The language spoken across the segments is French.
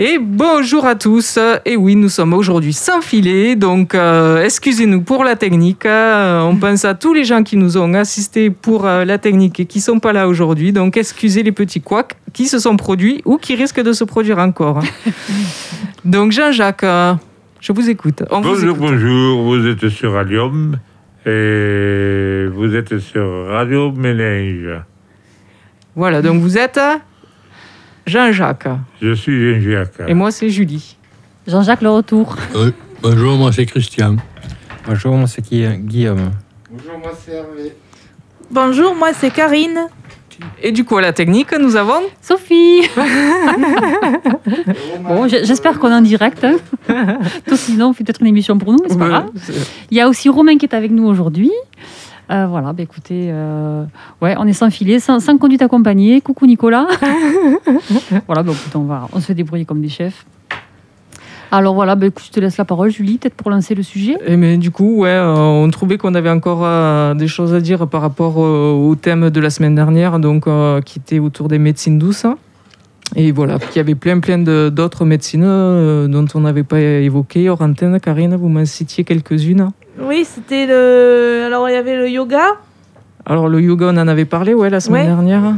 Et bonjour à tous. Et oui, nous sommes aujourd'hui sans filet, donc euh, excusez-nous pour la technique. Euh, on pense à tous les gens qui nous ont assistés pour euh, la technique et qui sont pas là aujourd'hui. Donc excusez les petits couacs qui se sont produits ou qui risquent de se produire encore. donc Jean-Jacques, euh, je vous écoute. On vous Bonjour, écoute. bonjour, vous êtes sur Allium et vous êtes sur Radio Mélange. Voilà, donc vous êtes euh, Jean-Jacques Je suis Jean-Jacques. et moi c'est Julie. Jean-Jacques le retour. Euh, bonjour, moi c'est Christian. Bonjour, moi c'est Gui- Guillaume. Bonjour, moi c'est Karine. Et du coup à la technique, nous avons Sophie Bon, j- j'espère qu'on est en direct. hein. Tout sinon, on fait peut-être une émission pour nous, mais c'est pas grave. Il y a aussi Romain qui est avec nous aujourd'hui. Euh, voilà, bah, écoutez, euh, ouais, on est sans filet, sans, sans conduite accompagnée. Coucou Nicolas. voilà, bah, écoute, on, va, on se fait débrouiller comme des chefs. Alors voilà, bah, écoute, je te laisse la parole, Julie, peut-être pour lancer le sujet. Et Eh, mais du coup, ouais, euh, on trouvait qu'on avait encore euh, des choses à dire par rapport euh, au thème de la semaine dernière, donc euh, qui était autour des médecines douces. Et voilà, qu'il y avait plein, plein de- d'autres médecines euh, dont on n'avait pas évoqué. Hors antenne, Karine, vous m'en citiez quelques-unes. Oui, c'était le. Alors, il y avait le yoga. Alors, le yoga, on en avait parlé, ouais, la semaine Ouais. dernière.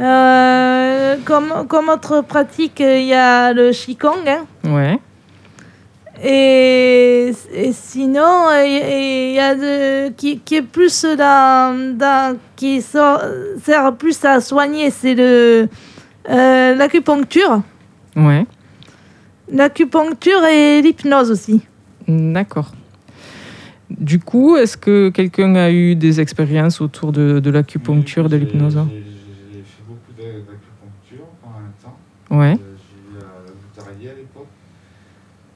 Euh, comme, comme autre pratique, il y a le Qigong. hein. Ouais. Et, et sinon, euh, il y a de, qui, qui est plus dans, dans- qui sort- sert plus à soigner, c'est le euh, l'acupuncture, Ouais. l'acupuncture et l'hypnose aussi. D'accord. Du coup, est-ce que quelqu'un a eu des expériences autour de, de l'acupuncture, de J'ai- l'hypnose J'ai j'ai fait beaucoup d'a- d'acupuncture pendant un temps. Euh, Ouais. J'ai eu à la Boutarie à l'époque.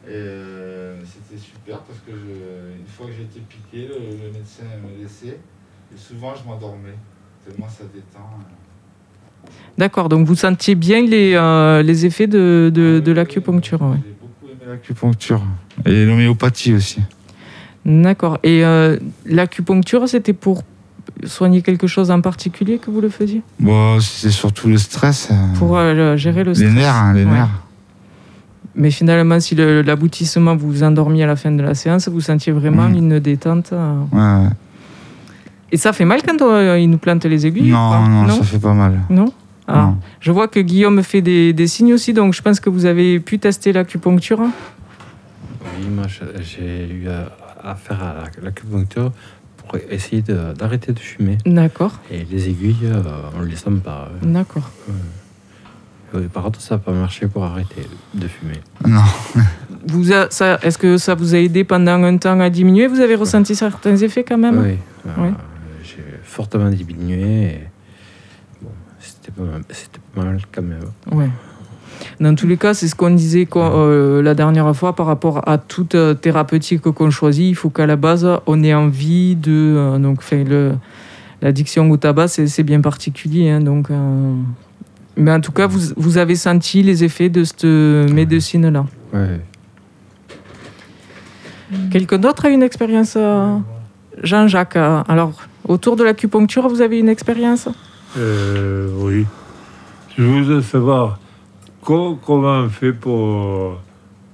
Et euh, c'était super parce que je- une fois que j'ai été piqué, le, le médecin me laissait. Et souvent, je m'endormais. Tellement ça détend. hein. D'accord, donc vous sentiez bien les, euh, les effets de, de, de Euh, l'acupuncture. ouais. J'ai beaucoup aimé l'acupuncture. Et l'homéopathie aussi. D'accord, et euh, l'acupuncture, c'était pour soigner quelque chose en particulier que vous le faisiez Bon, c'est surtout le stress. euh, Pour euh, le- gérer le les stress nerfs, hein, les Ouais. nerfs. Mais finalement, si le- l'aboutissement, vous vous endormiez à la fin de la séance, vous sentiez vraiment Mhm. une détente. euh. Ouais, ouais. Et ça fait mal quand euh, ils nous plantent les aiguilles ou pas Non, non, ça fait pas mal. Non Ah. Non. Je vois que Guillaume fait des, des signes aussi, donc je pense que vous avez pu tester l'acupuncture. hein. Oui, moi je- j'ai eu euh, affaire à la- l'acupuncture pour essayer de- d'arrêter de, fumer. D'accord, Et les aiguilles, euh, on ne les somme pas. euh. d'accord. Euh, Par contre, ça n'a pas marché pour arrêter de fumer. Non. Vous a- ça- Est-ce que ça vous a aidé pendant un temps à diminuer Vous avez ressenti certains effets quand même Oui, euh, Ouais. j'ai fortement diminué. et, bon, c'était pas, mal- c'était pas mal quand même. Ouais. Dans tous les cas, c'est ce qu'on disait quoi, euh, la dernière fois par rapport à toute euh, thérapeutique qu'on choisit. Il faut qu'à la base, on ait envie de. euh, donc, fait le, l'addiction au tabac, c'est, c'est bien particulier. hein, donc, euh, mais en tout cas, vous, vous avez senti les effets de cette médecine-là. Ouais. Quelqu'un d'autre a une expérience euh, Jean-Jacques, euh, alors, autour de l'acupuncture, vous avez une expérience Euh, oui. Je voudrais savoir co- comment on fait pour,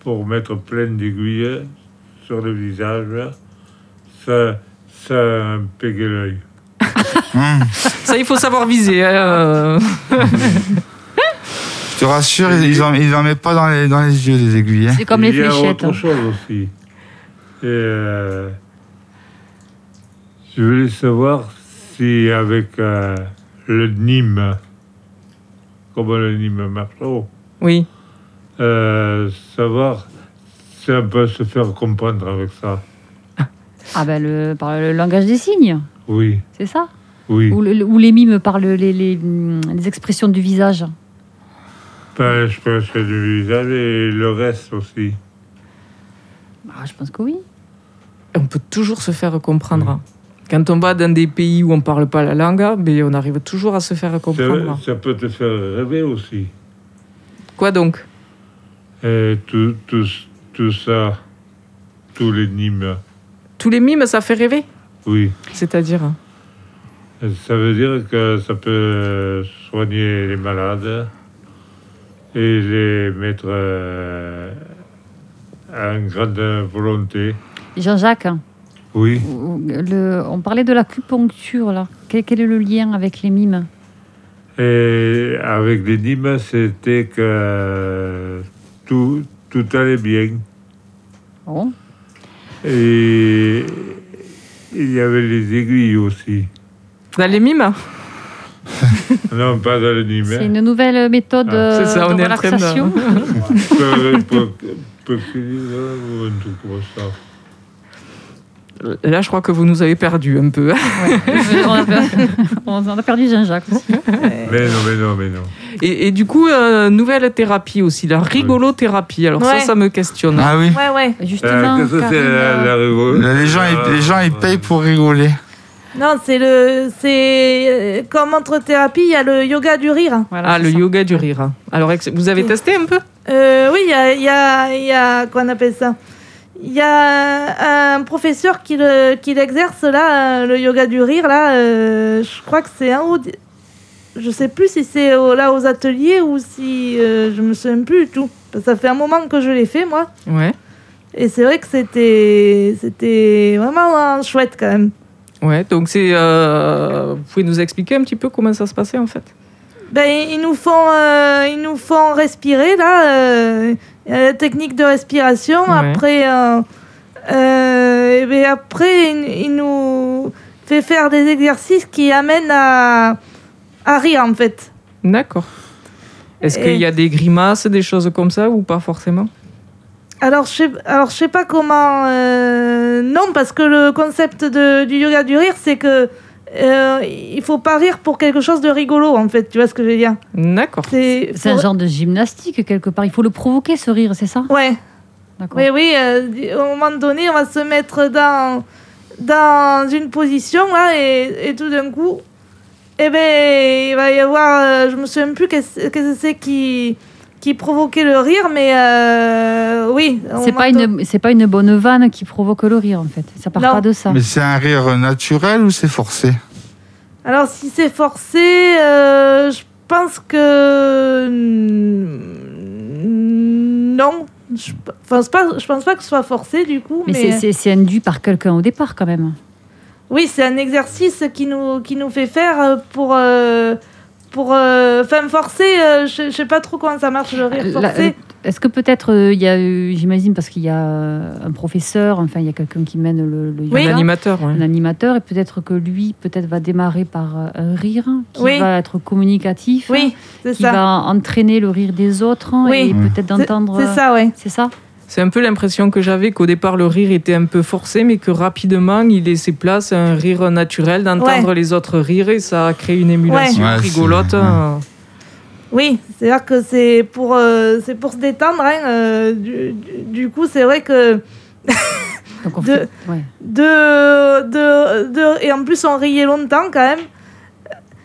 pour mettre plein d'aiguilles sur le visage sans, sans péguer l'œil. Hum. Ça, il faut savoir viser. hein, euh. Je te rassure, ils n'en ils en mettent pas dans les, dans les yeux, les aiguilles. hein. C'est comme les Il y a fléchettes. autre chose aussi. Et, euh, je voulais savoir si avec euh, le Nîmes, comme le Nîmes Marceau, Oui. euh, savoir si on peut se faire comprendre avec ça. Ah ben, le, par le langage des signes, Oui, c'est ça oui. Ou, le- ou les mimes par le- les, les, hum, les expressions du visage. Ben, je pense que du visage et le reste aussi. Ah, je pense que oui. on peut toujours se faire comprendre. Quand on va dans des pays où on ne parle pas la langue, mais on arrive toujours à se faire comprendre. Ça, ça peut te faire rêver aussi. Quoi donc Et tout, tout, tout ça, tous les Nîmes, Tous les mimes, ça fait rêver oui. C'est-à-dire Ça veut dire que ça peut soigner les malades. et les mettre euh, en grande volonté. Jean-Jacques, Oui. le- on parlait de l'acupuncture, là. Quel, quel est le lien avec les mimes Et avec les dîmes, c'était que tout, tout allait bien. Oh. Et il y avait les aiguilles aussi. Dans les mimes Non, pas dans les dîmes. C'est une nouvelle méthode Ah, Eh ben. c'est ça, euh, on de est en train de- relaxation. Peu- peu- peu- ou un truc comme ça. Là, je crois que vous nous avez perdu un peu. on, a perdu, on en a perdu Jean-Jacques aussi. Euh, Mais non, mais non, mais non. Et, et du coup, euh, nouvelle thérapie aussi, la rigolothérapie. Alors ça, Ouais. ça me questionne. Ah oui. Ouais, ouais. Justement, Euh, Qu'est-ce que c'est Karine, la, Euh, euh, la rigole Là, les gens, ils, les gens, ils payent pour rigoler. Non, c'est le. C'est. euh, Comme entre-thérapie, il y a le yoga du rire. voilà, Ah, c'est le ça. yoga du rire. Alors, ex- vous avez testé un peu Euh, oui, il y a, il y a, il y a- qu'on appelle ça. Il y a un professeur qui le, qui l'exerce là, euh, le yoga du rire là. euh, je crois que c'est un haut. Je sais plus si c'est au- là aux ateliers ou si euh, je me souviens plus du tout. Parce que Ça fait un moment que je l'ai fait moi. Ouais. Et c'est vrai que c'était, c'était vraiment euh, chouette quand même. Ouais, donc c'est. euh, vous pouvez nous expliquer un petit peu comment ça se passait en fait Ben, ils nous font, euh, ils nous font respirer là. euh, il y a la technique de respiration. Ouais. Après, euh, euh, et ben après, il, il nous fait faire des exercices qui amènent à, à rire en fait. D'accord. Est-ce Et- qu'il y a des grimaces, des choses comme ça ou pas forcément Alors je sais, alors je sais pas comment. euh, non, parce que le concept de, du yoga du rire, c'est que euh, il faut pas rire pour quelque chose de rigolo en fait. Tu vois ce que je veux dire D'accord. C'est C'est un genre de gymnastique quelque part. Il faut le provoquer ce rire, c'est ça Ouais. D'accord. Oui, oui, euh, au moment donné, on va se mettre dans, dans une position, là, et, et tout d'un coup, eh ben, il va y avoir, euh, je me souviens plus qu'est-ce qu'est-ce que c'est qui, qui provoquait le rire, mais euh, oui. au C'est moment pas don- une c'est pas une bonne vanne qui provoque le rire en fait. Ça part Non. pas de ça. Mais c'est un rire naturel ou c'est forcé Alors, si c'est forcé, euh, je pense que... mm, Non, je pense pas, je pense pas que ce soit forcé, du coup, Mais mais... euh, c'est- c'est c'est induit par quelqu'un au départ quand même. Oui, c'est un exercice qui nous, qui nous fait faire euh, pour. euh, pour euh, enfin, forcer, euh, je je sais pas trop comment ça marche le rire La- forcé. Est-ce que peut-être euh, il y a eu, j'imagine parce qu'il y a euh, un professeur, enfin il y a quelqu'un qui mène le, le Oui. yoga, L'animateur, ouais. un animateur et peut-être que lui peut-être va démarrer par euh, un rire qui Oui. va être communicatif, Oui, c'est qui ça. va entraîner le rire des autres Oui. et Mm. peut-être C'est d'entendre. euh, c'est ça, ouais. C'est ça. C'est un peu l'impression que j'avais qu'au départ le rire était un peu forcé, mais que rapidement il laissait place à un rire naturel, d'entendre les autres rire et ça a créé une émulation Ouais. Ouais, rigolote. c'est- hein. Oui, c'est-à-dire que c'est pour, euh, c'est pour se détendre. hein, euh, du, du- du coup, c'est vrai que. Donc on De- fait- ouais. De, de, de- et en plus, on riait longtemps quand même.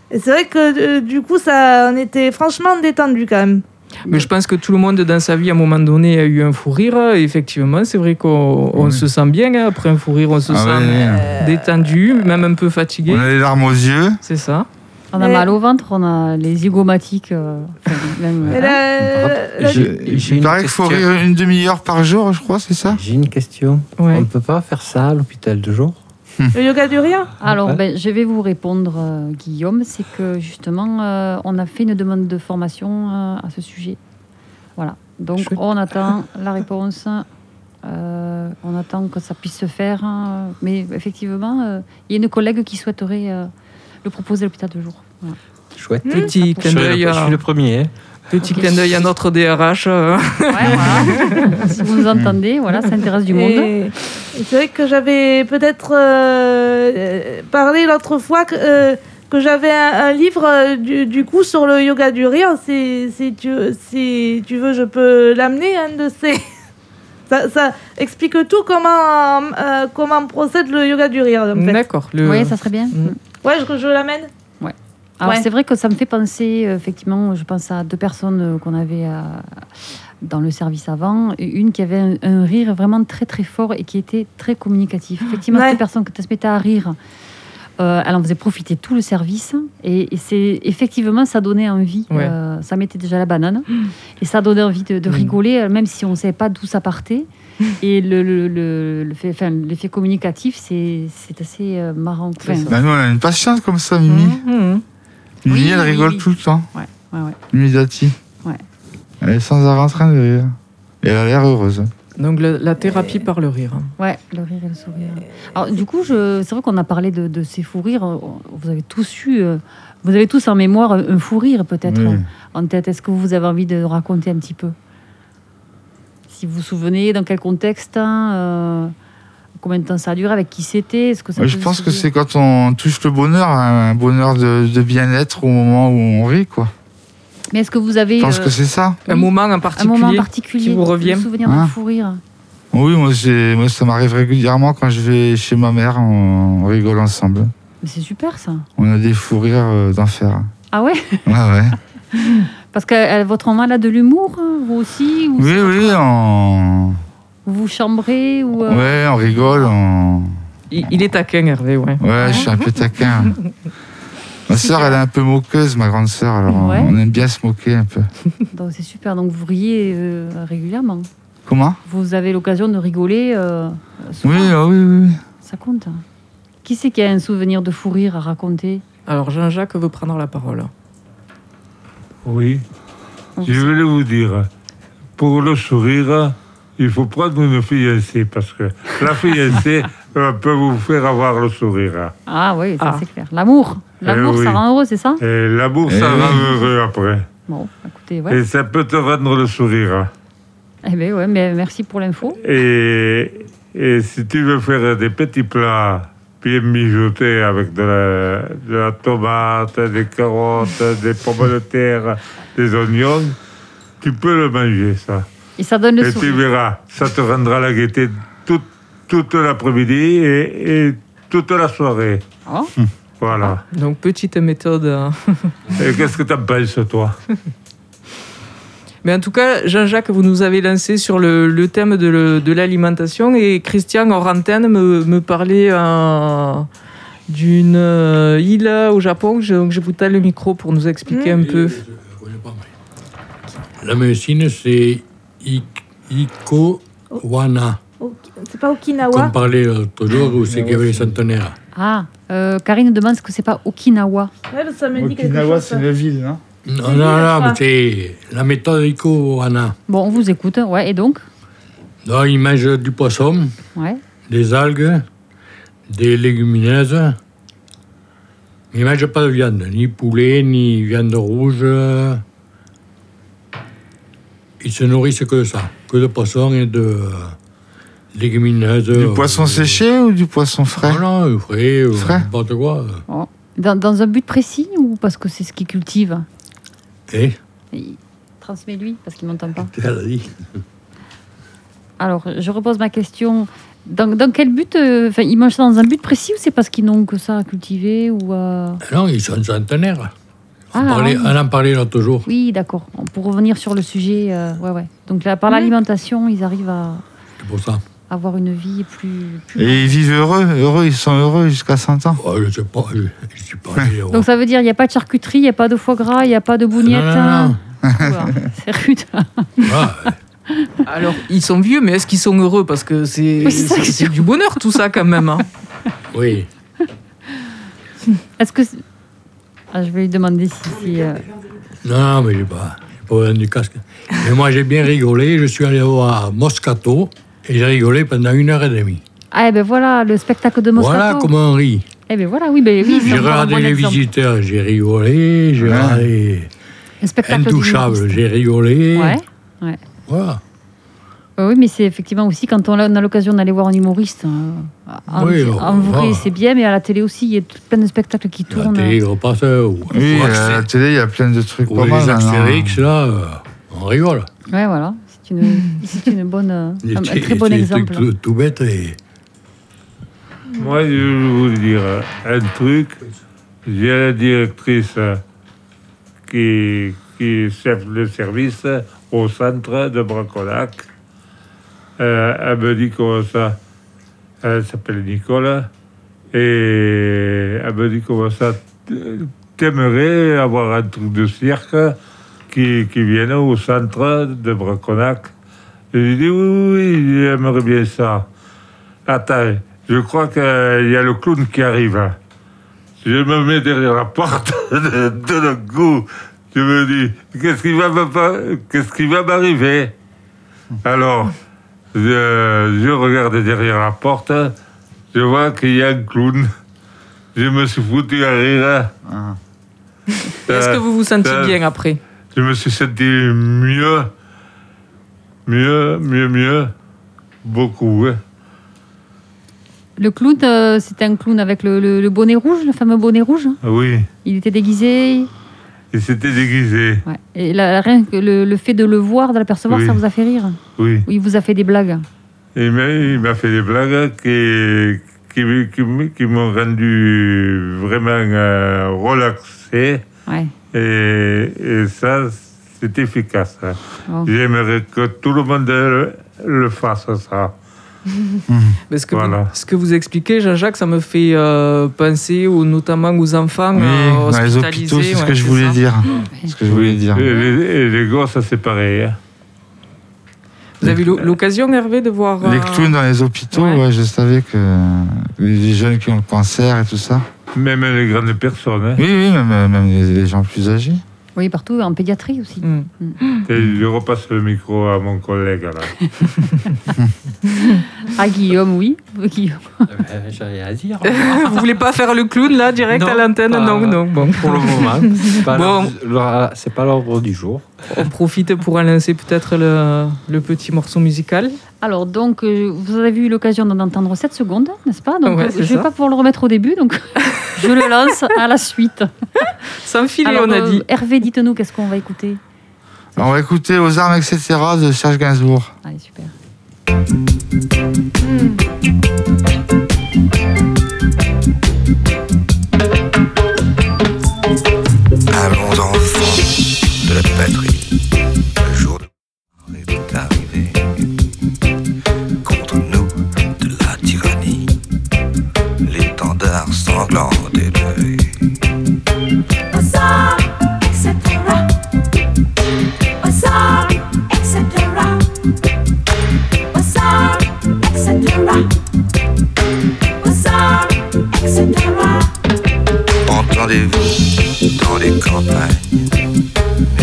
Et c'est vrai que euh, du coup, ça, on était franchement détendu quand même. Mais je pense que tout le monde dans sa vie, à un moment donné, a eu un fou rire. Et effectivement, c'est vrai qu'on on Oui. se sent bien. hein. Après un fou rire, on se Ah sent ouais. détendu, même un peu fatigué. euh, On a les larmes aux yeux. C'est ça. On a Mais- mal au ventre, on a les zygomatiques. euh, enfin, même, Et hein. la- la- J'ai- j'ai Il une paraît qu'il faut question. rire une demi-heure par jour, je crois, c'est ça J'ai une question. Ouais. On ne peut pas faire ça à l'hôpital de jour le yoga du rire Alors, Ouais. ben, je vais vous répondre, euh, Guillaume. C'est que justement, euh, on a fait une demande de formation euh, à ce sujet. Voilà. Donc, Chouette. on attend la réponse. Euh, on attend que ça puisse se faire. hein. Mais effectivement, euh, il y a une collègue qui souhaiterait euh, le proposer à l'hôpital de jour. Voilà. Chouette. Petit Je clin suis, le, d'œil je à, suis le premier. hein. petit clin d'œil à notre DRH. euh. Ouais, voilà. si vous nous entendez, voilà, ça intéresse du monde. Et- et c'est vrai que j'avais peut-être euh, euh, parlé l'autre fois que, euh, que j'avais un, un livre euh, du, du coup sur le yoga du rire. Si, si, tu, si tu veux, je peux l'amener, un de ces. Ça, ça explique tout comment, euh, comment procède le yoga du rire. En fait. D'accord. Le... Oui, ça serait bien. Mm. Ouais, je, je l'amène. Alors Ouais. c'est vrai que ça me fait penser, euh, effectivement, je pense à deux personnes euh, qu'on avait à- dans le service avant, et une qui avait un, un rire vraiment très très fort et qui était très communicatif. Effectivement, Ouais. ces personnes que tu se mettais à rire Euh, elle en faisait profiter tout le service. Et, et c'est effectivement, ça donnait envie. Ouais. Euh, ça mettait déjà la banane. Et ça donnait envie de, de Mm. rigoler, euh, même si on ne savait pas d'où ça partait. Et le, le, le, le fait, enfin, l'effet communicatif, c'est c'est assez euh, marrant. C'est Enfin, ça. Bah, nous, on a une patience comme ça, Mimi. Mhm. Mmh. hmm. Oui, Mimi, elle oui, rigole oui. tout le temps. ouais, ouais. Mimi Dati. Ouais. Elle est sans arrêt en train de rire. Et elle a l'air heureuse. Donc le- la thérapie Euh, par le rire. Ouais, le rire et le sourire. Alors, du coup, je... c'est vrai qu'on a parlé de, de ces fous rires. On- Vous avez tous eu, euh, vous avez tous en mémoire un un fou rire peut-être hein, Oui. en en tête. Est-ce que vous avez envie de raconter un petit peu Si vous vous souvenez, dans quel contexte hein, euh, Combien de temps ça a duré Avec qui c'était Est-ce que ça Ouais, peut je vous pense que souvenir c'est quand on touche le bonheur, hein, un bonheur de, de bien-être au moment où on rit, quoi. Mais est-ce que vous avez Je pense euh, que c'est ça. Un Oui. moment en un particulier. moment en particulier qui vous revient Le souvenir Hein d'un fou rire. Oui, moi, j'ai- moi, ça m'arrive régulièrement quand je vais chez ma mère, on, on rigole ensemble. Mais c'est super ça. On a des fous rires euh, d'enfer. Ah ouais Ouais, ouais. Parce que euh, votre maman elle a de l'humour, hein, vous aussi ou Oui, oui, on... Vous vous chambrez ou euh, Ouais, on rigole. on- Il, il est taquin, Hervé, ouais. Ouais, je suis un peu taquin. Ma sœur, elle est un peu moqueuse, ma grande sœur. Alors, on- Ouais. on aime bien se moquer un peu. Donc c'est super, donc vous riez euh, régulièrement. Comment Vous avez l'occasion de rigoler. euh, souvent. Oui, ah oui, oui. oui. Ça compte. Qui c'est qui a un souvenir de fou rire à raconter Alors Jean-Jacques veut prendre la parole. Oui. Je voulais vous dire, pour le sourire, il faut prendre une fiancée, parce que la fiancée euh, peut vous faire avoir le sourire. Ah oui, ça Ah. c'est clair. L'amour. L'amour, Eh oui. ça rend heureux, c'est ça Et l'amour, Eh ça oui. rend heureux après. Bon, écoutez, ouais. Et ça peut te rendre le sourire. Eh ben ouais, mais merci pour l'info. Et, et si tu veux faire des petits plats bien mijotés avec de la, de la tomate, des carottes, des pommes de terre, des oignons, tu peux le manger, ça. Et ça donne le Et tu sourire. verras, ça te rendra la gaieté toute, toute l'après-midi et, et toute la soirée. Oh. Voilà. Donc petite méthode. euh. Et qu'est-ce que t'en penses, toi Mais en tout cas, Jean-Jacques, vous nous avez lancé sur le, le thème de, le- de l'alimentation et Christian Orantène me, me parlait euh, d'une euh, île au Japon. Je- donc je vous tâle le micro pour nous expliquer Hmm. un peu. Je connais pas, mais- La médecine, c'est Ik- Ah Ikowana, Ok. C'est pas Okinawa comme parlait l'autre jour, où c'est qu'il y avait les centenaires. Ah, euh, Karine demande ce que c'est pas Okinawa. Ouais, parce que ça me dit quelque chose. ça. ville, non Non, lui, non, je non, crois. mais c'est la méthode Ikowana. Bon, on vous écoute. Ouais, et donc Donc, ils mangent du poisson, Ouais. des algues, des légumineuses. Ils ne mangent pas de viande, ni poulet, ni viande rouge. Ils se nourrissent que de ça, que de poisson et de euh, légumineuses. Du poisson Euh, séché ou du poisson frais Non, non, euh, frais, euh, Frais. n'importe quoi. Dans, dans un but précis ou parce que c'est ce qu'ils cultivent Eh, Il- Transmets-lui parce qu'il m'entend pas. tu l'as dit. Alors, je repose ma question. Dans, dans quel but euh, Enfin, ils mangent ça dans un but précis ou c'est parce qu'ils n'ont que ça à cultiver ou euh, Ah Non, ils sont centenaires. On, Ah, parlait- oui. on en parlait l'autre jour. Oui, d'accord. Pour revenir sur le sujet, euh, ouais, ouais. Donc là, par l'alimentation, ils arrivent à C'est pour ça. avoir une vie plus. plus- Et ils vivent heureux, heureux, ils sont heureux jusqu'à 100 ans. Oh, je ne sais pas. Je ne suis pas allé au- Donc ça veut dire il n'y a pas de charcuterie, il n'y a pas de foie gras, il n'y a pas de bougnette. Non, non, non. hein. Oula, C'est rude. Ah, Alors, ils sont vieux, mais est-ce qu'ils sont heureux Parce que c'est Oui, c'est ça c'est- la c'est question. du bonheur tout ça quand même. hein. oui. Est-ce que. c'est- Ah, je vais lui demander si. c'est, euh, Non, mais j'ai pas, j'ai pas besoin du casque. Mais moi, j'ai bien rigolé. Je suis allé voir Moscato et j'ai rigolé pendant une heure et demie. Ah, eh ben voilà, le spectacle de Moscato. Voilà comment on rit. Eh ben voilà, oui, ben oui. c'est J'ai encore un regardé bon les exemple. visiteurs, j'ai rigolé. J'ai Ouais. regardé Le spectacle Intouchable, d'humoriste. j'ai rigolé. Ouais. Voilà. Euh, Oui, mais c'est effectivement aussi quand on a on a l'occasion d'aller voir un humoriste. euh, En, Oui, en on vrai, va. c'est bien, mais à la télé aussi, il y a tout plein de spectacles qui La tournent. télé repasse. euh, Ou, Oui, ou à la Axé- télé, il y a plein de trucs ou pas mal. hein, les maintenant. Axérix, là, euh, on rigole. Ouais, voilà. C'est une, c'est une bonne, euh, Des un, un trucs- Ah, très bon des trucs exemple. Tout, tout bête et. Moi, je vais vous dire un truc. J'ai la directrice qui, qui est chef de service au centre de Braconac. Euh, elle me dit comment ça. Elle s'appelle Nicole. Et elle me dit comment ça, t'aimerais avoir un truc de cirque qui, qui vienne au centre de Braconac Je lui dis oui, oui, oui, j'aimerais bien ça. Attends, je crois qu'il y a le clown qui arrive. hein. Je me mets derrière la porte de, de le goût. Je me dis, qu'est-ce qui va, me- qu'est-ce qui va m'arriver Alors, je, je regarde derrière la porte, je vois qu'il y a un clown. Je me suis foutu à rire. hein. Ah. Est-ce Euh, que vous vous sentez euh, bien après je me suis senti mieux, mieux, mieux, mieux, beaucoup. hein. Le clown, euh, c'était un clown avec le, le- le bonnet rouge, le fameux bonnet rouge. hein. Ah Oui, Il était déguisé. il s'était déguisé, Ouais. Et la- la- rien que le, le fait de le voir, de l'apercevoir, Oui. ça vous a fait rire. oui. Ou il vous a fait des blagues. Il m'a, il m'a fait des blagues qui, qui, qui m- qui m'ont rendu vraiment euh, relaxé. Ouais. Et, et ça, c'est efficace. hein. Bon. J'aimerais que tout le monde le, le fasse, ça. Mais ce, que Voilà. vous, ce que vous expliquez, Jean-Jacques, ça me fait euh, penser aux- notamment aux enfants Oui, euh, dans hospitalisés. les hôpitaux, c'est ce ouais, que je voulais ça. dire. C'est ce que je voulais dire. Et les, et les gosses, c'est pareil. hein. Vous avez eu l'o- l'occasion, Hervé, de voir. Les euh, clowns dans les hôpitaux, Ouais. ouais, je savais que euh, les jeunes qui ont le cancer et tout ça. Même les grandes personnes. hein. Oui, oui, même, même les, les gens plus âgés. Oui, partout, en pédiatrie aussi. hmm. Et je repasse le micro à mon collègue. Là. Ah, Guillaume, oui. Guillaume. Euh, J'ai rien à dire. Vous voulez pas faire le clown là, direct Non, à l'antenne pas- Non, non. Bon, Pour le moment, hein. c'est pas Bon. l'ordre- l'ordre- c'est pas l'ordre du jour. on profite pour en lancer peut-être le, le petit morceau musical. Alors, donc, euh, vous avez eu l'occasion d'en entendre 7 secondes, n'est-ce pas Donc, Ouais, euh, c'est je vais ça. pas pouvoir le remettre au début, donc je le lance à la suite. Sans filet, Alors, on a euh, dit. Hervé, dites-nous qu'est-ce qu'on va écouter. On va écouter Aux armes, etc. de Serge Gainsbourg. Allez, super. Hmm. Allons enfants de la patrie, le jour de la gloire est arrivé. Contre nous de la tyrannie, l'étendard sanglant élevé. Entendez-vous dans les campagnes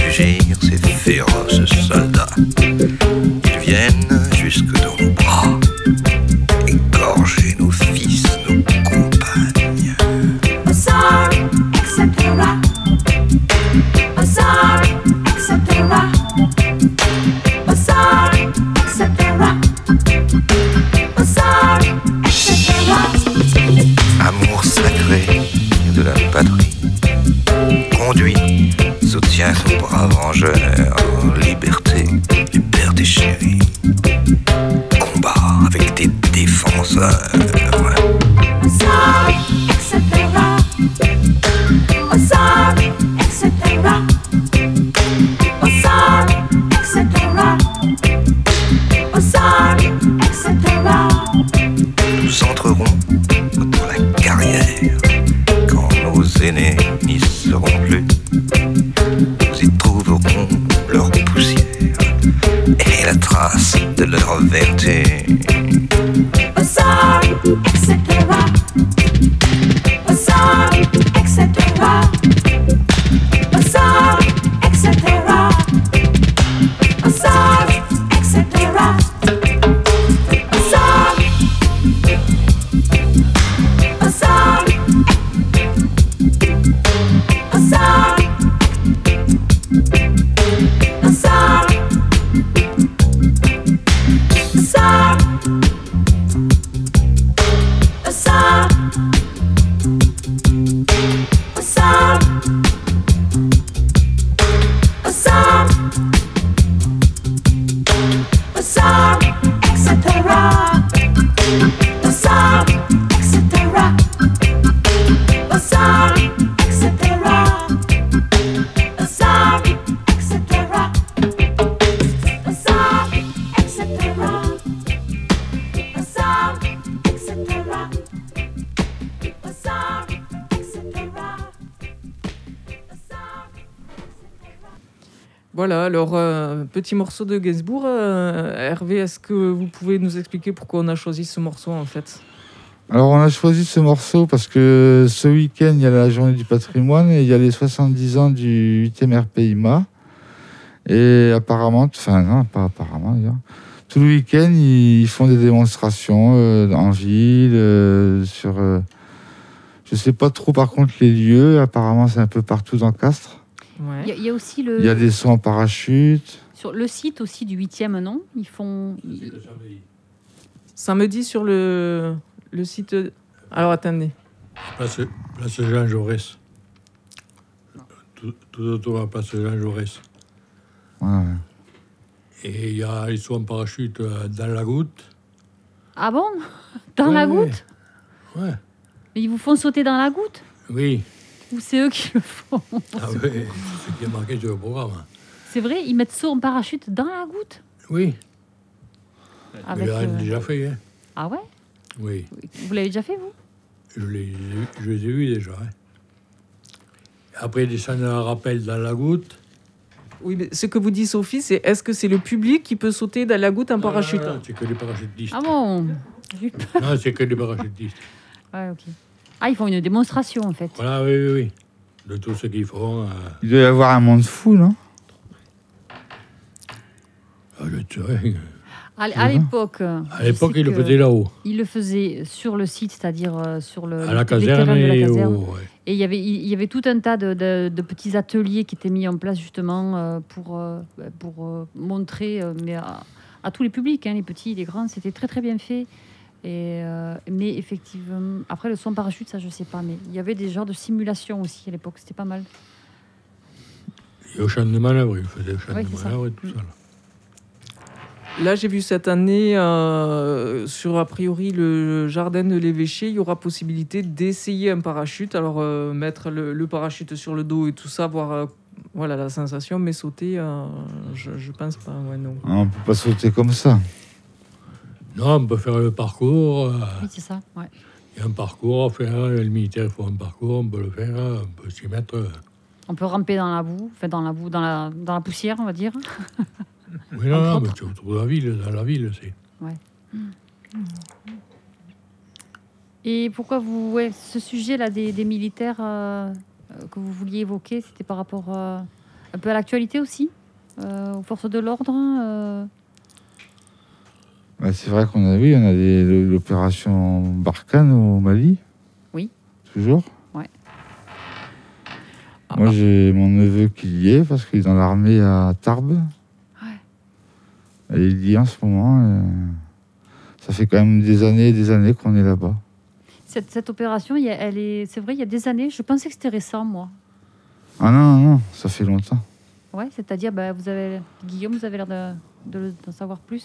mugir ces féroces soldats Ils viennent jusque dans nos bras, égorger nos fils, nos compagnes. amour sacré de la patrie. Conduit, soutient son brave rangeur. Liberté, liberté chérie. Combat avec tes défenseurs. Nous entrerons dans la carrière quand nos aînés n'y seront plus. Nous y trouverons leur poussière et la trace de leur vertu. Voilà, alors, euh, petit morceau de Gainsbourg. Euh, Hervé, est-ce que vous pouvez nous expliquer pourquoi on a choisi ce morceau, en fait Alors, on a choisi ce morceau parce que ce week-end, il y a la journée du patrimoine et il y a les 70 ans du 8e RPIMA. Et apparemment, enfin, non, pas apparemment, d'ailleurs. Tout le week-end, ils font des démonstrations euh, en ville, euh, sur. euh, je sais pas trop, par contre, les lieux. Apparemment, c'est un peu partout dans Castres. Ouais. Il y a- il y, a aussi Il y a le, des sauts en parachute. sur le site aussi du 8e, non Ils font. Samedi sur le, le site. Alors attendez. Place, place Jean Jaurès. Tout, tout autour à Place Jean Jaurès. Ouais, ouais. Et il y a, ils sont en parachute euh, dans la goutte. Ah bon Dans Ouais, la ouais. goutte Ouais. Mais ils vous font sauter dans la goutte Oui. Ou c'est eux qui le font Ah oui, c'est ce qui est marqué sur le programme. hein. C'est vrai, ils mettent saut en parachute dans la goutte Oui. Avec, je l'ai euh, déjà fait. Hein. Ah ouais Oui. Vous l'avez déjà fait, vous Je, l'ai- je les ai vus déjà. hein. Après, ils descendent à rappel dans la goutte. Oui, mais ce que vous dit Sophie, c'est est-ce que c'est le public qui peut sauter dans la Euh, goutte en parachute Non, non, c'est que des parachutistes. Ah bon Non, c'est que des parachutistes. Ouais, ok. Ah, ils font une démonstration, en fait. Voilà, oui, oui, oui. De tout ce qu'ils font. euh, Il doit y avoir un monde fou, non ah, le terrain. À, à l'époque... Mhm. euh, À l'époque, ils le faisaient là-haut, Il le faisait sur le site, c'est-à-dire euh, sur le, à le- la les caserne terrains de la et caserne. au. ouais. Et il y avait, il y avait tout un tas de, de- de petits ateliers qui étaient mis en place justement euh, pour, euh, pour euh, montrer euh, mais à, à tous les publics, hein, les petits, les grands. C'était très très bien fait. Et, euh, mais effectivement, après le son parachute, ça je sais pas, mais il y avait des genres de simulations aussi à l'époque, c'était pas mal. Et au champ de manœuvre, ils faisaient le champ Ouais, de c'est ça. Mm. manœuvre et tout ça. là. Là, j'ai vu cette année, euh, sur a priori le jardin de l'évêché, il y aura possibilité d'essayer un parachute. Alors, euh, mettre le, le parachute sur le dos et tout ça, voir euh, voilà, la sensation, mais sauter, euh, je, je pense pas. Ouais, non. Ah, On peut pas sauter comme ça. Non, on peut faire le parcours. euh, Oui, c'est ça. Ouais. Il y a un parcours à faire. euh, Les militaires font un parcours, on peut le faire. euh, On peut s'y mettre. euh. On peut ramper dans la boue, enfin dans la boue, dans la, dans la poussière, on va dire. Oui, non, non, propre. mais tu retrouves la ville, dans la ville, c'est. Et pourquoi vous, ouais, ce sujet-là des, des militaires euh, euh, que vous vouliez évoquer, c'était par rapport euh, un peu à l'actualité aussi, euh, aux forces de l'ordre. euh, Bah, c'est vrai qu'on a, oui, on a des- l'opération Barkhane au Mali. Oui. Toujours Ouais. Moi, j'ai mon neveu qui y est parce qu'il est dans l'armée à Tarbes. Et il y est en ce moment. euh, ça fait quand même des années et des années qu'on est là-bas. cette, cette opération, il y a- elle est, c'est vrai, il y a des années. Je pensais que c'était récent, moi. Ah non, non, non, ça fait longtemps. Ouais, c'est-à-dire, bah, vous avez Guillaume, vous avez l'air de, de le- d'en savoir plus.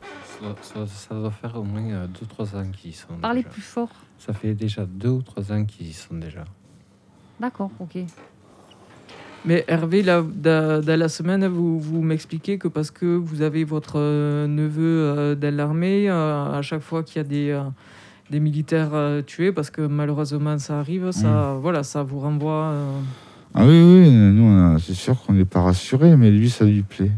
Ça, ça- ça doit faire au moins 2-3 ans qu'ils y sont. Parlez déjà. plus fort. Ça fait déjà 2 ou 3 ans qu'ils y sont déjà. D'accord, ok. Mais Hervé, là, da- dans la semaine, vous, vous m'expliquez que parce que vous avez votre euh, neveu euh, dans l'armée, euh, à chaque fois qu'il y a des, euh, des militaires euh, tués, parce que malheureusement ça arrive, ça, voilà, ça vous renvoie. euh, Ah oui, oui, nous, on a- c'est sûr qu'on n'est pas rassuré, mais lui, ça lui plaît.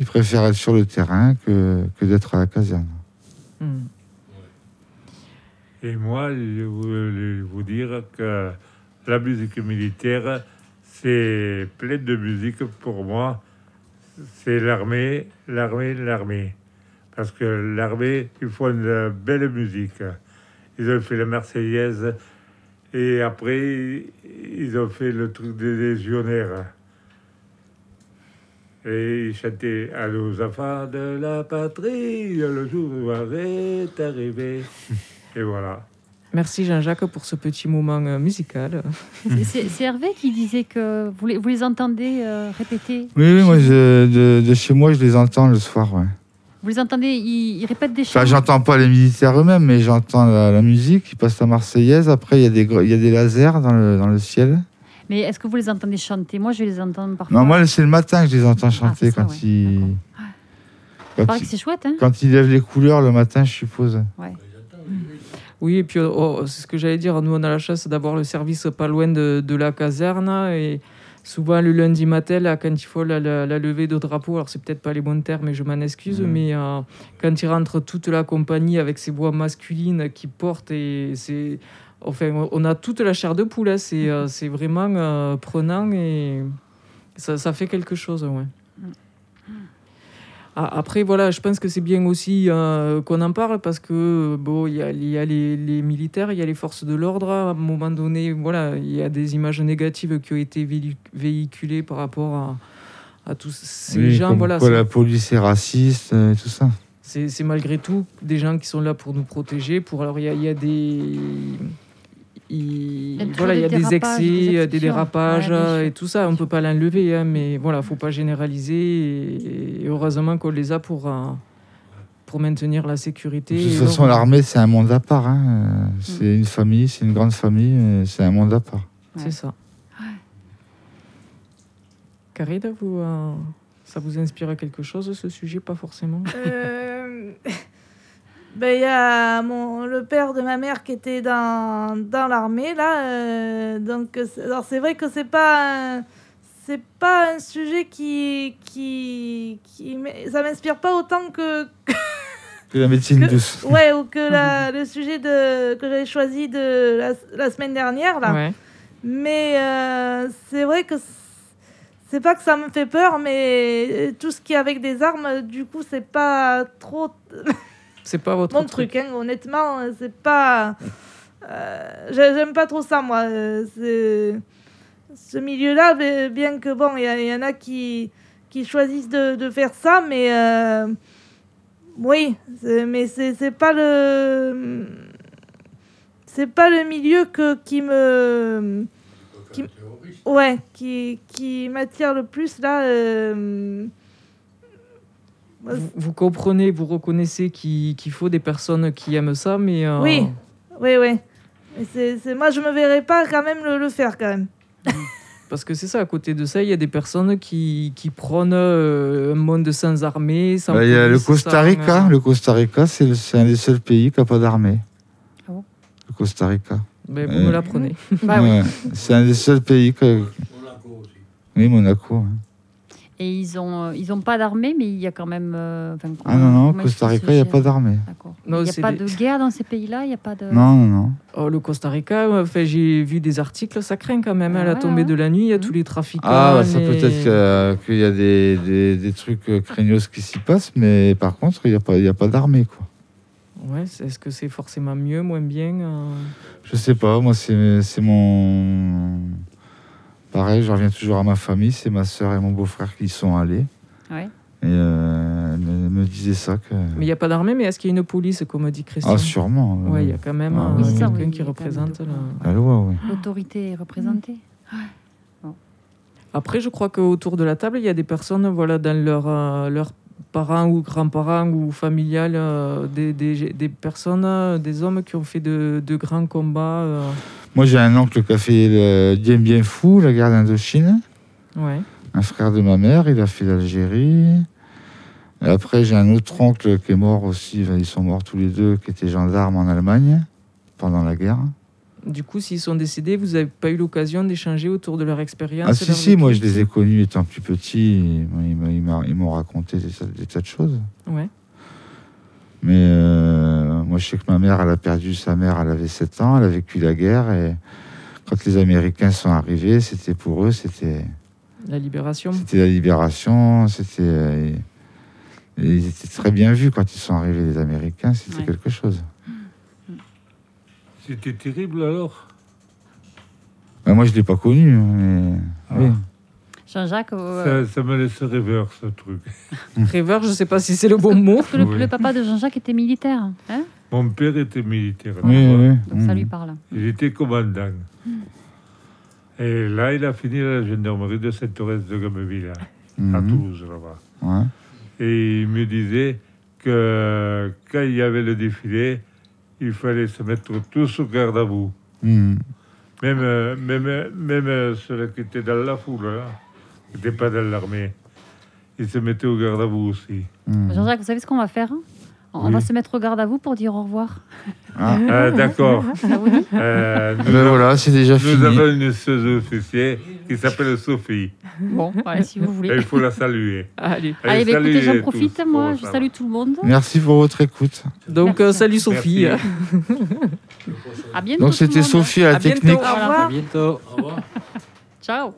Il préfère être sur le terrain que, que d'être à la caserne. hmm. Et moi, je voulais vous dire que la musique militaire, c'est plein de musique pour moi. C'est l'armée, l'armée, l'armée. Parce que l'armée, ils font de la belle musique. Ils ont fait la Marseillaise et après, ils ont fait le truc des légionnaires. Et il chantait à nos enfants de la patrie, le jour où est arrivé. Et voilà. Merci Jean-Jacques pour ce petit moment euh, musical. C'est- C'est c'est Hervé qui disait que vous les, vous les entendez euh, répéter. Oui, oui, moi, je- de, de chez moi, je les entends le soir, ouais. Vous les entendez, ils, ils répètent des Enfin, choses. j'entends pas les militaires eux-mêmes, mais j'entends la, la musique, ils passent la Marseillaise, après, il y, a des gros- il y a des lasers dans le, dans le ciel. Mais est-ce que vous les entendez chanter Moi, je les entends parfois. Non, moi, c'est le matin que je les entends chanter, c'est ça, quand, ouais. ils... Il quand, paraît que ils, c'est chouette, hein quand ils lèvent les couleurs le matin, je suppose. Oui, et puis oh, c'est ce que j'allais dire, nous on a la chance d'avoir le service pas loin de, de la caserne et souvent le lundi matin, là, quand il faut la, la- la levée de drapeau, alors c'est peut-être pas les bons termes et je m'en excuse, Mhm. mais euh, quand il rentre toute la compagnie avec ses voix masculines qui portent et c'est. Enfin, on a toute la chair de poule, hein, c'est euh, c'est vraiment euh, prenant et ça, ça fait quelque chose, ouais. A- Après, voilà, je pense que c'est bien aussi euh, qu'on en parle parce que, bon, il y a, il y a les, les militaires, il y a les forces de l'ordre. À un moment donné, voilà, il y a des images négatives qui ont été véhi- véhiculées par rapport à, à tous ces Oui, gens. comme Voilà, quoi c'est- la police est raciste euh, et tout ça. c'est c'est malgré tout des gens qui sont là pour nous protéger. Pour alors il y a- il y, a des il- y a toujours voilà, il y a des des dérapages, excès, des il y a des exceptions. dérapages Ouais, bien euh, sûr. et tout ça. On peut pas l'enlever, hein, mais voilà, faut pas généraliser. Et, et heureusement qu'on les a pour euh, pour maintenir la sécurité. De Et toute donc, façon, l'armée, c'est un monde à part. hein. Euh, C'est une famille, c'est une grande famille, euh, c'est un monde à part. c'est ça. Carida, vous, euh, ça vous inspire quelque chose ce sujet Pas forcément. Euh, ben, il y a mon, le père de ma mère qui était dans, dans l'armée, là. euh, donc, euh, c'est- alors, c'est vrai que c'est pas. un- C'est pas un sujet qui. qui, qui m'est- ça m'inspire pas autant que. Que la médecine Que- douce. Ouais, ou que la- le sujet de, que j'avais choisi de la, la semaine dernière, là. Ouais. Mais euh, c'est vrai que c- c'est pas que ça me fait peur, mais euh, tout ce qui est avec des armes, euh, du coup, c'est pas trop C'est pas votre mon truc. hein. Honnêtement, euh, c'est pas. euh, j'ai- J'aime pas trop ça, moi. euh, c'est- Ce milieu-là, b- bien que bon, il y, a- il y en a qui, qui choisissent de, de faire ça, mais. euh, Oui, c'est- mais c'est c'est pas le. C'est pas le milieu que, qui me. Qui- Ouais, qui, qui m'attire le plus là. euh, euh, Vous, vous comprenez, vous reconnaissez qu'il qu'il faut des personnes qui aiment ça, mais euh, Oui, oui, oui. Mais c'est- c'est- moi, je me verrais pas quand même le, le faire quand même. Parce que c'est ça, à côté de ça, il y a des personnes qui, qui prônent euh, un monde sans armée, sans. Bah, il y a le police, Costa sans, Rica. euh, Le Costa Rica, c'est le- c'est un des seuls pays qui n'a pas d'armée. Ah bon Le Costa Rica. ben, vous Euh, me l'apprenez. Bah oui. Ouais, C'est un des seuls pays que. Oui, Monaco. hein. Et ils ont, euh, ils ont pas d'armée, mais il y a quand même. euh, enfin, Ah non, non, comment est-ce Costa qu'ils se Rica, il n'y a gèrent pas d'armée. D'accord. Il Non, n'y a c'est pas des- de guerre dans ces pays-là, il n'y a pas de. Non, non, non. Oh, le Costa Rica, euh, enfin, j'ai vu des articles, ça craint quand même. hein, à la Ouais, tombée ouais. de la nuit, il y a Mhm. tous les trafiquants. Ah, bah, ça les- peut-être que- qu'il y a des, des, des trucs euh, craignos qui s'y passent, mais par contre, il n'y a pas, il y a pas d'armée, quoi. Ouais, c'est- est-ce que c'est forcément mieux, moins bien euh, Je sais pas, moi, c'est c'est mon. Pareil, je reviens toujours à ma famille, c'est ma soeur et mon beau-frère qui y sont allés. Ouais. Et euh, elle me, me disait ça que. Mais il n'y a pas d'armée, mais est-ce qu'il y a une police, comme dit Christian Ah, sûrement. euh, Ouais, il y a quand même Ah, euh, oui, c'est ça, quelqu'un oui, il y qui a quand même représente. euh, de- la- La loi, oui. L'autorité est représentée. Après, je crois qu'autour de la table, il y a des personnes, voilà, dans leur, euh, leurs parents ou grands-parents ou familiales, euh, des, des, des personnes, euh, des hommes qui ont fait de, de grands combats. euh, Moi, j'ai un oncle qui a fait le Dien Bien Fou, la guerre d'Indochine. ouais. Un frère de ma mère, il a fait l'Algérie. Et Après, j'ai un autre oncle qui est mort aussi, enfin, ils sont morts tous les deux, qui était gendarme en Allemagne pendant la guerre. Du coup, s'ils sont décédés, vous n'avez pas eu l'occasion d'échanger autour de leur expérience. Ah si, leur si, moi je vécu les ai connus étant plus petit, ils m'a- ils m'a- ils m'ont raconté des, tas- des tas de choses. Ouais. Mais euh, moi je sais que ma mère, elle a perdu sa mère, elle avait 7 ans, elle a vécu la guerre, et quand les Américains sont arrivés, c'était pour eux, c'était... La libération. C'était la libération, c'était. euh, et- et ils étaient très bien vus quand ils sont arrivés, les Américains, c'était Ouais. quelque chose. C'était terrible alors Ben, moi, je ne l'ai pas connu, mais. Ah. oui. Jean-Jacques, euh, ça, ça me laisse rêveur ce truc. Trevor, je ne sais pas si c'est le bon mot. parce que le, Oui. le papa de Jean-Jacques était militaire. hein Mon père était militaire. Oui, hum, oui. Donc ça lui parle. Il était commandant. Et là, il a fini à la gendarmerie de Sainte-Thérèse de Gambeville, Mhm. à Toulouse, là-bas. Ouais. Et il me disait que quand il y avait le défilé, il fallait se mettre tous au garde à vous. Mhm. Même, euh, même, euh, même euh, ceux qui étaient dans la foule, hein, qui n'étaient pas dans l'armée. Ils se mettaient au garde à vous aussi. Mhm. Jean-Jacques, vous savez ce qu'on va faire hein On va se mettre au garde à vous pour dire au revoir. Ah. Ah, D'accord. Euh, Eh Ben nous- voilà, c'est déjà Nous fini. avons une sous officier qui s'appelle Sophie. Bon, voilà, si vous Et voulez. il faut la saluer. Allez. Allez, Allez, bah, écoutez, saluez j'en tous profite, pour moi, je ça. salue tout le monde. Merci pour votre écoute. Donc, euh, salut Sophie. Merci. À bientôt. Donc tout le c'était monde. Sophie à la À bientôt. technique. Au Voilà. À revoir. bientôt. Au revoir. Ciao.